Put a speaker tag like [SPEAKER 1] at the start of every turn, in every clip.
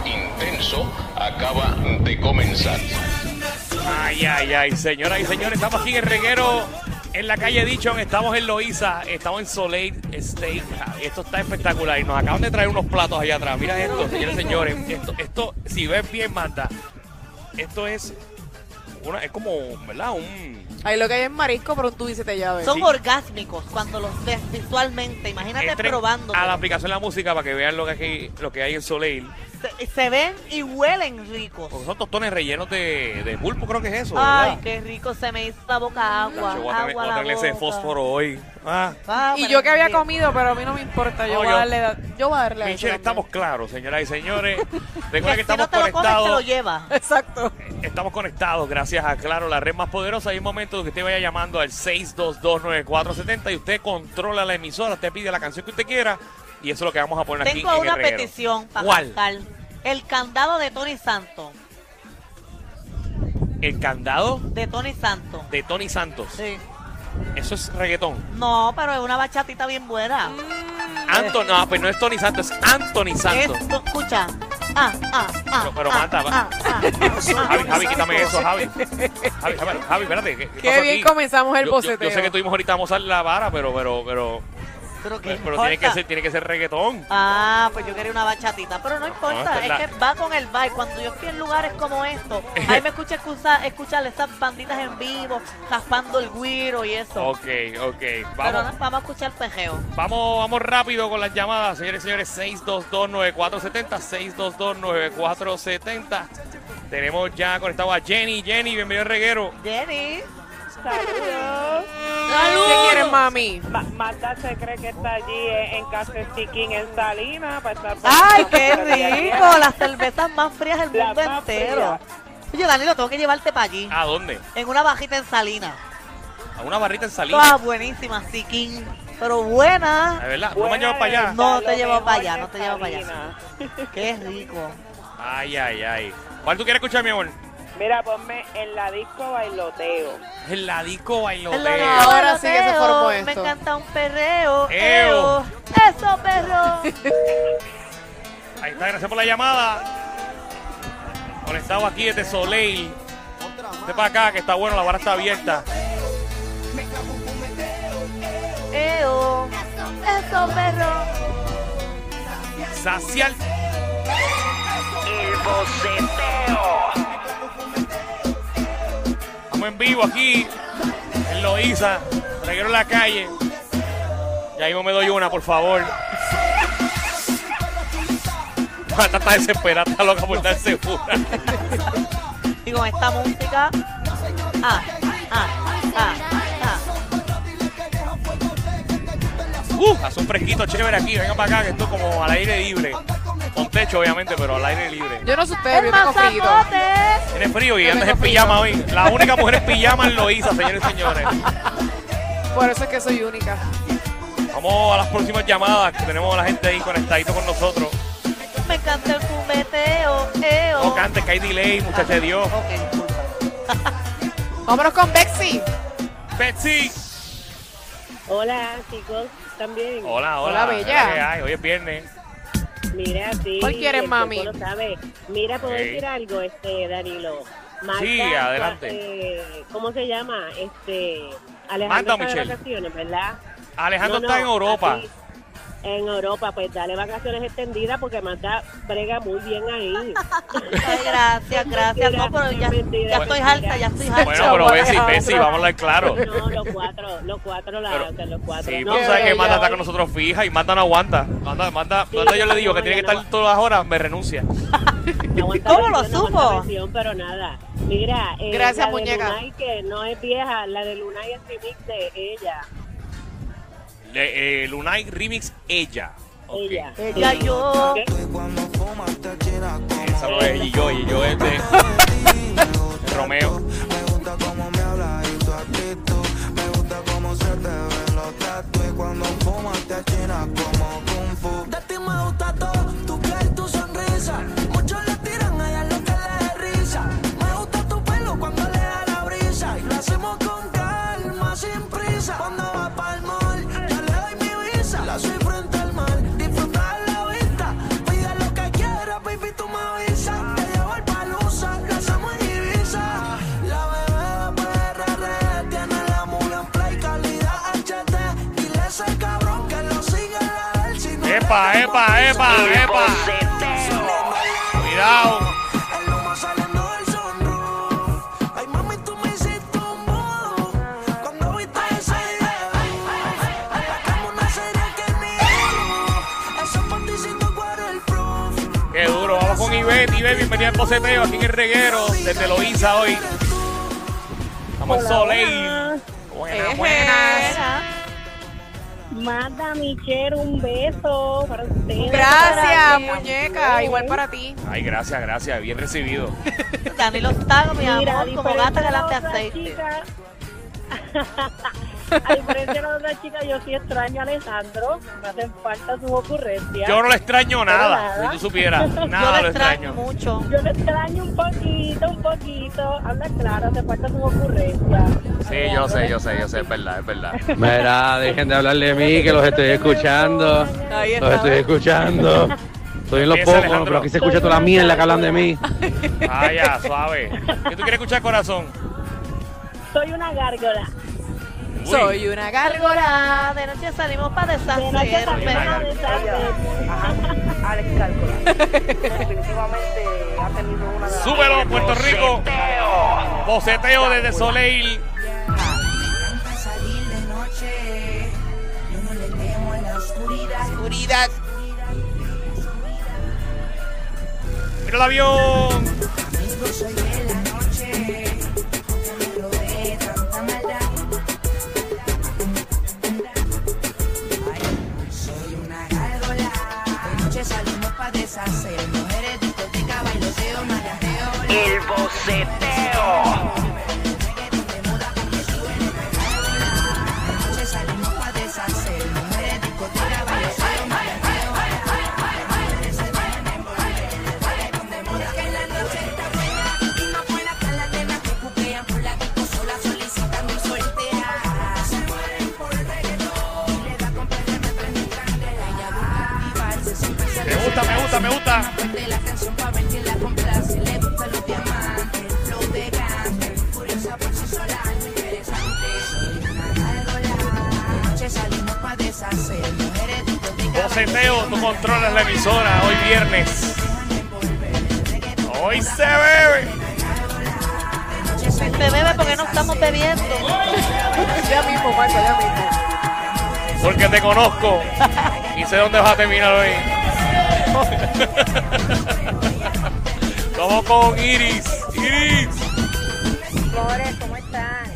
[SPEAKER 1] ascenso acaba de comenzar.
[SPEAKER 2] Ay, ay, ay, señoras y señores, estamos aquí en el reguero, en la calle Dichon, estamos en Loiza, estamos en Soleil State. Esto está espectacular y nos acaban de traer unos platos allá atrás. Mira esto, señores y señores. Esto, esto, si ves bien, manda. Esto es, una, es como, ¿verdad? Un,
[SPEAKER 3] Ahí lo que hay es marisco, pero tú dices te llave.
[SPEAKER 4] Son
[SPEAKER 2] Sí.
[SPEAKER 4] orgásmicos cuando los ves visualmente. Imagínate
[SPEAKER 2] entren
[SPEAKER 4] probando.
[SPEAKER 2] a la aplicación de la música para que vean lo que hay, lo que hay en Soleil.
[SPEAKER 4] se, se ven y huelen ricos.
[SPEAKER 2] Porque son tostones rellenos de, de pulpo, creo que es eso.
[SPEAKER 4] Ay,
[SPEAKER 2] ¿verdad?
[SPEAKER 4] qué rico. Se me hizo la boca agua.
[SPEAKER 2] Yo voy a tener, voy
[SPEAKER 4] agua a
[SPEAKER 2] a
[SPEAKER 4] la
[SPEAKER 2] tener ese
[SPEAKER 4] boca.
[SPEAKER 2] fósforo hoy. Ah.
[SPEAKER 4] Ah,
[SPEAKER 3] Y
[SPEAKER 4] pero
[SPEAKER 3] yo que había
[SPEAKER 4] sí.
[SPEAKER 3] comido, pero a mí no me importa. Yo
[SPEAKER 2] No,
[SPEAKER 3] voy a
[SPEAKER 2] yo-
[SPEAKER 3] darle. Yo voy a darle. a eso
[SPEAKER 2] Michelle, estamos
[SPEAKER 3] también.
[SPEAKER 2] claros, señoras y señores.
[SPEAKER 4] Que
[SPEAKER 2] Recuerden que
[SPEAKER 4] si
[SPEAKER 2] estamos
[SPEAKER 4] no te lo comes, te lo
[SPEAKER 2] conectados.
[SPEAKER 4] lleva.
[SPEAKER 3] Exacto.
[SPEAKER 2] Estamos conectados gracias a Claro, la red más poderosa. Hay un momento que usted vaya llamando al 6229470 y usted controla la emisora, usted pide la canción que usted quiera y eso es lo que vamos a poner aquí.
[SPEAKER 4] Tengo
[SPEAKER 2] en
[SPEAKER 4] una
[SPEAKER 2] el reguero.
[SPEAKER 4] petición para
[SPEAKER 2] ¿Cuál?
[SPEAKER 4] Pascal. El candado de Tony Santo.
[SPEAKER 2] El candado
[SPEAKER 4] De Tony Santo.
[SPEAKER 2] de Tony Santos.
[SPEAKER 4] Sí.
[SPEAKER 2] Eso es reggaetón.
[SPEAKER 4] No, pero es una bachatita bien buena.
[SPEAKER 2] Anton, no, pues no es Tony Santos, es Anthony Santos.
[SPEAKER 4] Esto, escucha. Ah, ah, ah.
[SPEAKER 2] Pero- pero
[SPEAKER 4] ah,
[SPEAKER 2] mata, va.
[SPEAKER 4] ah, ah, ah.
[SPEAKER 2] Javi, Javi, quítame eso, Javi. Javi, Javi, Javi, espérate. ¿qué, qué
[SPEAKER 3] Qué
[SPEAKER 2] pasó
[SPEAKER 3] bien
[SPEAKER 2] aquí?
[SPEAKER 3] comenzamos
[SPEAKER 2] Yo-
[SPEAKER 3] el
[SPEAKER 2] yo- yo,
[SPEAKER 3] boceteo.
[SPEAKER 2] sé que tuvimos ahorita vamos a la vara, pero, pero, pero,
[SPEAKER 4] Pero, ¿qué
[SPEAKER 2] Pues, pero tiene que
[SPEAKER 4] importa?
[SPEAKER 2] ser, tiene que ser reggaetón.
[SPEAKER 4] Ah, pues yo quería una bachatita, pero no importa,
[SPEAKER 2] esta es
[SPEAKER 4] es
[SPEAKER 2] la-
[SPEAKER 4] que va con el vibe. Cuando yo estoy en lugares como estos, ahí me escucha escucha- escuchar esas banditas en vivo, raspando el guiro y eso.
[SPEAKER 2] Ok, ok.
[SPEAKER 4] Pero
[SPEAKER 2] Vamos.
[SPEAKER 4] no, vamos a escuchar pejeo.
[SPEAKER 2] Vamos, vamos rápido con las llamadas, señores y señores. 622-9470, 622-9470. Tenemos ya conectado a Jenny. Jenny, bienvenido al reguero.
[SPEAKER 4] Jenny,
[SPEAKER 5] Saludos.
[SPEAKER 3] ¿Qué quieres, mami?
[SPEAKER 5] Ma- Magda se cree que está allí en, en Café Chiquín, en Salina. pues Para estar
[SPEAKER 4] ay, qué rico, las cervezas más frías del
[SPEAKER 5] Las
[SPEAKER 4] mundo
[SPEAKER 5] más
[SPEAKER 4] entero. Oye, Danilo, tengo que llevarte para allí,
[SPEAKER 2] ¿A dónde?
[SPEAKER 4] en una bajita en Ah, Salina.
[SPEAKER 2] A una barrita en
[SPEAKER 4] Todas
[SPEAKER 2] salida.
[SPEAKER 4] buenísimas, siquín, pero
[SPEAKER 2] ¿De
[SPEAKER 4] buena.
[SPEAKER 2] Ah, verdad? No me llevas para allá.
[SPEAKER 4] No te llevo para allá, no te llevo para allá. Qué rico.
[SPEAKER 2] Ay, ay, ay. ¿Cuál tú quieres escuchar, mi amor?
[SPEAKER 5] Mira, ponme en la disco bailoteo.
[SPEAKER 2] El ladico bailoteo.
[SPEAKER 4] El ladico
[SPEAKER 3] Ahora sí que se
[SPEAKER 4] bailoteo,
[SPEAKER 3] formó
[SPEAKER 4] Me
[SPEAKER 3] esto.
[SPEAKER 4] encanta un perreo.
[SPEAKER 2] Eo.
[SPEAKER 4] Eo. Eso, perro.
[SPEAKER 2] Ahí está, gracias por la llamada. Conectado aquí desde Soleil. De para acá, que está bueno, la barra está abierta.
[SPEAKER 4] Eo. Eso, perro.
[SPEAKER 2] Sacial.
[SPEAKER 5] El boceteo.
[SPEAKER 2] Estamos en vivo aquí en Loiza, reguero en la calle. Y ahí me doy una, por favor. Mata está desesperada, está loca por darse una.
[SPEAKER 4] Y con esta música. Ah, ah, ah, ah.
[SPEAKER 2] Uh, hace un fresquito chévere aquí, vengan para acá, que esto es como al aire libre. Con techo, obviamente, pero al aire libre.
[SPEAKER 3] Yo no sé ustedes,
[SPEAKER 4] El
[SPEAKER 3] pero yo tengo frío.
[SPEAKER 4] mazapote.
[SPEAKER 2] Tiene frío y
[SPEAKER 3] Yo
[SPEAKER 2] andas en
[SPEAKER 3] tengo frío.
[SPEAKER 2] pijama hoy. La única mujer en pijama en Loiza, señores y señores.
[SPEAKER 3] Por eso es que soy única.
[SPEAKER 2] Vamos a las próximas llamadas, que tenemos a la gente ahí conectadito con nosotros.
[SPEAKER 4] Me encanta el fumeteo. Eo.
[SPEAKER 2] No cantes, que hay delay, muchacha de Dios.
[SPEAKER 4] Ok, disculpa.
[SPEAKER 3] Vámonos con Bexy.
[SPEAKER 2] Betsy.
[SPEAKER 5] Hola, chicos. ¿También?
[SPEAKER 2] Hola, hola.
[SPEAKER 3] Hola, bella.
[SPEAKER 2] ¿Qué hay? Hoy es viernes.
[SPEAKER 5] Mira, sí.
[SPEAKER 3] ¿Cuál quieres,
[SPEAKER 5] el
[SPEAKER 3] mami?
[SPEAKER 5] cuerpo lo sabe. Mira, ¿puedo
[SPEAKER 2] Ok.
[SPEAKER 5] decir algo, este, Danilo?
[SPEAKER 2] Sí, adelante.
[SPEAKER 5] eh, ¿Cómo se llama? Este,
[SPEAKER 2] Magda
[SPEAKER 5] Alejandro
[SPEAKER 2] o
[SPEAKER 5] está de
[SPEAKER 2] Michelle.
[SPEAKER 5] vacaciones, ¿verdad?
[SPEAKER 2] Alejandro
[SPEAKER 5] No,
[SPEAKER 2] está
[SPEAKER 5] no,
[SPEAKER 2] en Europa.
[SPEAKER 5] aquí, En Europa, pues dale vacaciones extendidas porque Magda brega muy bien ahí.
[SPEAKER 4] Ay, gracias, gracias. No, pero ya, ya estoy alta, ya estoy alta.
[SPEAKER 2] Bueno,
[SPEAKER 5] Ah,
[SPEAKER 2] pero
[SPEAKER 3] Chaval,
[SPEAKER 2] Bessie,
[SPEAKER 3] Alejandro.
[SPEAKER 2] Bessie, vamos a hablar claro.
[SPEAKER 5] No, los cuatro, los cuatro la
[SPEAKER 2] Pero-
[SPEAKER 5] hacen, los cuatro.
[SPEAKER 2] Sí,
[SPEAKER 5] No,
[SPEAKER 2] pero sabes
[SPEAKER 3] pero
[SPEAKER 2] que
[SPEAKER 3] ya
[SPEAKER 2] Manda está
[SPEAKER 3] hoy-
[SPEAKER 2] con nosotros fija y Manda no aguanta. Manda, Manda,
[SPEAKER 5] Sí,
[SPEAKER 2] Manda yo le digo
[SPEAKER 5] no,
[SPEAKER 2] que tiene que
[SPEAKER 5] ya no
[SPEAKER 2] estar todas las horas, me renuncia.
[SPEAKER 5] no aguanta
[SPEAKER 4] ¿Cómo lo
[SPEAKER 5] presión, no aguanta
[SPEAKER 4] supo?
[SPEAKER 5] presión, pero nada. Mira, eh,
[SPEAKER 3] Gracias,
[SPEAKER 5] la de
[SPEAKER 3] muñeca.
[SPEAKER 5] Lunay, que no es vieja, la de Lunay es remix de ella.
[SPEAKER 2] Le- eh, Lunay Remix Ella. Ok.
[SPEAKER 5] Ella.
[SPEAKER 4] Ella, yo.
[SPEAKER 5] ¿Qué?
[SPEAKER 2] Esa no es y yo, y yo es de Romeo.
[SPEAKER 6] De ti me gusta todo, tu piel, tu sonrisa. Muchos le tiran a ella lo que le dé risa. Me gusta tu pelo cuando le da la brisa. Y lo hacemos con calma, sin prisa. Cuando va pa'l mall, yo le doy mi visa. La soy frente al mar, disfrutar la vista. Pide lo que quieras, baby, tú me avisas.
[SPEAKER 2] epa, epa, epa, epa. Cuidado.
[SPEAKER 6] El humo saliendo del sunroof. Ay, mami, tú me hiciste un bobo. Cuando viste ese video. En la cama una serie que ni uno. Eso por ti siento waterproof.
[SPEAKER 2] Qué duro. Vamos con Ivette. Ivette, bienvenida al boceteo aquí en el reguero desde Loíza hoy. Estamos en
[SPEAKER 5] Hola,
[SPEAKER 2] Soleil.
[SPEAKER 5] hola.
[SPEAKER 2] Buenas,
[SPEAKER 3] Eje.
[SPEAKER 2] buenas.
[SPEAKER 5] Manda Michelle, un beso para ustedes.
[SPEAKER 3] Gracias,
[SPEAKER 5] Para
[SPEAKER 3] muñeca.
[SPEAKER 5] ustedes.
[SPEAKER 3] Igual para ti.
[SPEAKER 2] Ay, gracias, gracias. Bien recibido.
[SPEAKER 4] Danilo está, mi
[SPEAKER 5] Mira,
[SPEAKER 4] amor, como gata que late
[SPEAKER 5] diferente
[SPEAKER 4] aceite.
[SPEAKER 5] a la otra chica- A diferencia de la otra chica, yo sí extraño a Alejandro. Me hacen falta sus ocurrencias.
[SPEAKER 2] Yo no le extraño nada,
[SPEAKER 5] nada.
[SPEAKER 2] si tú supieras.
[SPEAKER 4] Yo
[SPEAKER 2] Nada
[SPEAKER 4] lo
[SPEAKER 2] lo
[SPEAKER 4] extraño
[SPEAKER 2] extraño.
[SPEAKER 4] mucho.
[SPEAKER 5] Yo le extraño un poquito, un poquito. Habla claro, te falta sus ocurrencias.
[SPEAKER 2] Sí, yo sé, yo sé, yo sé. Es verdad, es verdad.
[SPEAKER 7] Mira, dejen de hablar de mí, que los estoy escuchando.
[SPEAKER 4] Ahí
[SPEAKER 7] Los
[SPEAKER 4] está.
[SPEAKER 7] estoy escuchando. Estoy en los
[SPEAKER 2] Empieza,
[SPEAKER 7] pocos,
[SPEAKER 2] Alejandro.
[SPEAKER 7] pero aquí se escucha toda la mierda que hablan de mí.
[SPEAKER 2] Ah, ya, suave. ¿Qué tú quieres escuchar, corazón?
[SPEAKER 5] Soy una gárgola.
[SPEAKER 2] Uy.
[SPEAKER 3] Soy una gargola.
[SPEAKER 4] Gárgola, de noche salimos para
[SPEAKER 5] De noche
[SPEAKER 4] deshacerme.
[SPEAKER 5] también
[SPEAKER 2] una
[SPEAKER 5] a deshacerme.
[SPEAKER 8] Alex Cálcula. Definitivamente ha tenido una de las
[SPEAKER 2] Súbelo, Puerto Rico. Boceteo desde Soleil.
[SPEAKER 6] A salir de noche. Yo no le temo en la oscuridad.
[SPEAKER 3] Seguridad.
[SPEAKER 2] Mira el avión.
[SPEAKER 6] Yo soy de la noche. Me robé tanta maldad. Ay, soy una gárgola. De noche salimos pa' deshacer. Mujeres, discoteca, bailoteo, marateo.
[SPEAKER 8] El boceteo.
[SPEAKER 2] Me gusta, me gusta, me gusta. Boceteo, tú controlas la emisora hoy viernes. Hoy se bebe.
[SPEAKER 4] Se bebe porque no estamos bebiendo.
[SPEAKER 3] Ya mismo, Marco, ya mismo.
[SPEAKER 2] Porque te conozco y sé dónde vas a terminar hoy. Vamos con Iris. Iris.
[SPEAKER 8] Flores, ¿cómo están?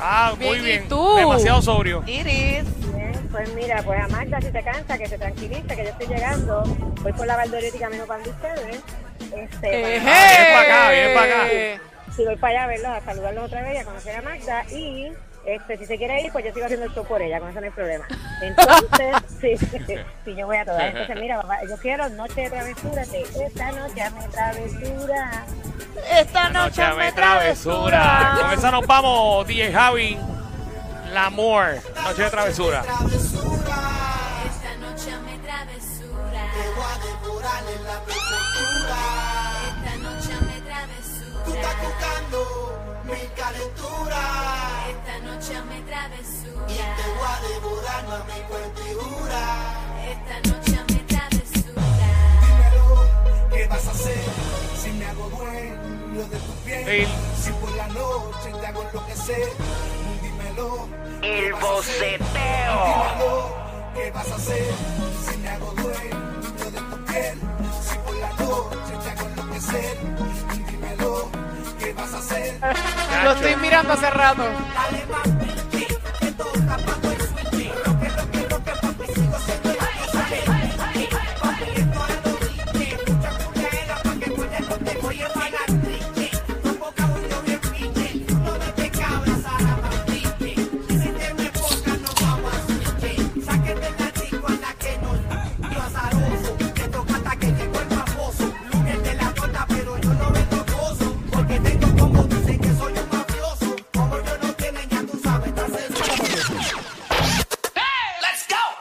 [SPEAKER 2] Ah, muy
[SPEAKER 3] Bien, ¿y
[SPEAKER 2] bien.
[SPEAKER 3] tú?
[SPEAKER 2] Demasiado sobrio.
[SPEAKER 4] Iris,
[SPEAKER 8] Bien, pues mira, pues Amanda, si te cansa, que te tranquilice, que yo estoy llegando. Voy por la Valdorética menos para ustedes. Este,
[SPEAKER 3] Ejé.
[SPEAKER 2] Viene pa' acá, viene pa' acá.
[SPEAKER 3] eh.
[SPEAKER 8] si voy para allá a verlos, a saludarlos otra vez y a conocer a Magda. Y este, si se quiere ir, pues yo sigo haciendo el show por ella, con eso no hay problema. Entonces, sí, sí, yo voy a todas. Entonces, mira, papá, yo quiero noche de travesura, de esta noche me travesura.
[SPEAKER 4] esta noche me travesura.
[SPEAKER 2] Con esa nos vamos, DJ Javi. La amor. Noche de travesura.
[SPEAKER 9] Esta noche me travesura. Esta noche me travesura. Esta noche me travesura. Esta noche me travesura.
[SPEAKER 6] ¿Qué vas a hacer si me hago dueño de tu piel?
[SPEAKER 2] Sí.
[SPEAKER 6] Si por la noche te hago enloquecer, dímelo.
[SPEAKER 8] El
[SPEAKER 6] dímelo,
[SPEAKER 8] boceteo.
[SPEAKER 6] ¿Qué vas a hacer si me hago dueño de tu piel? Si por la noche te hago enloquecer, dímelo. ¿Qué vas a hacer?
[SPEAKER 3] Lo estoy mirando hace rato.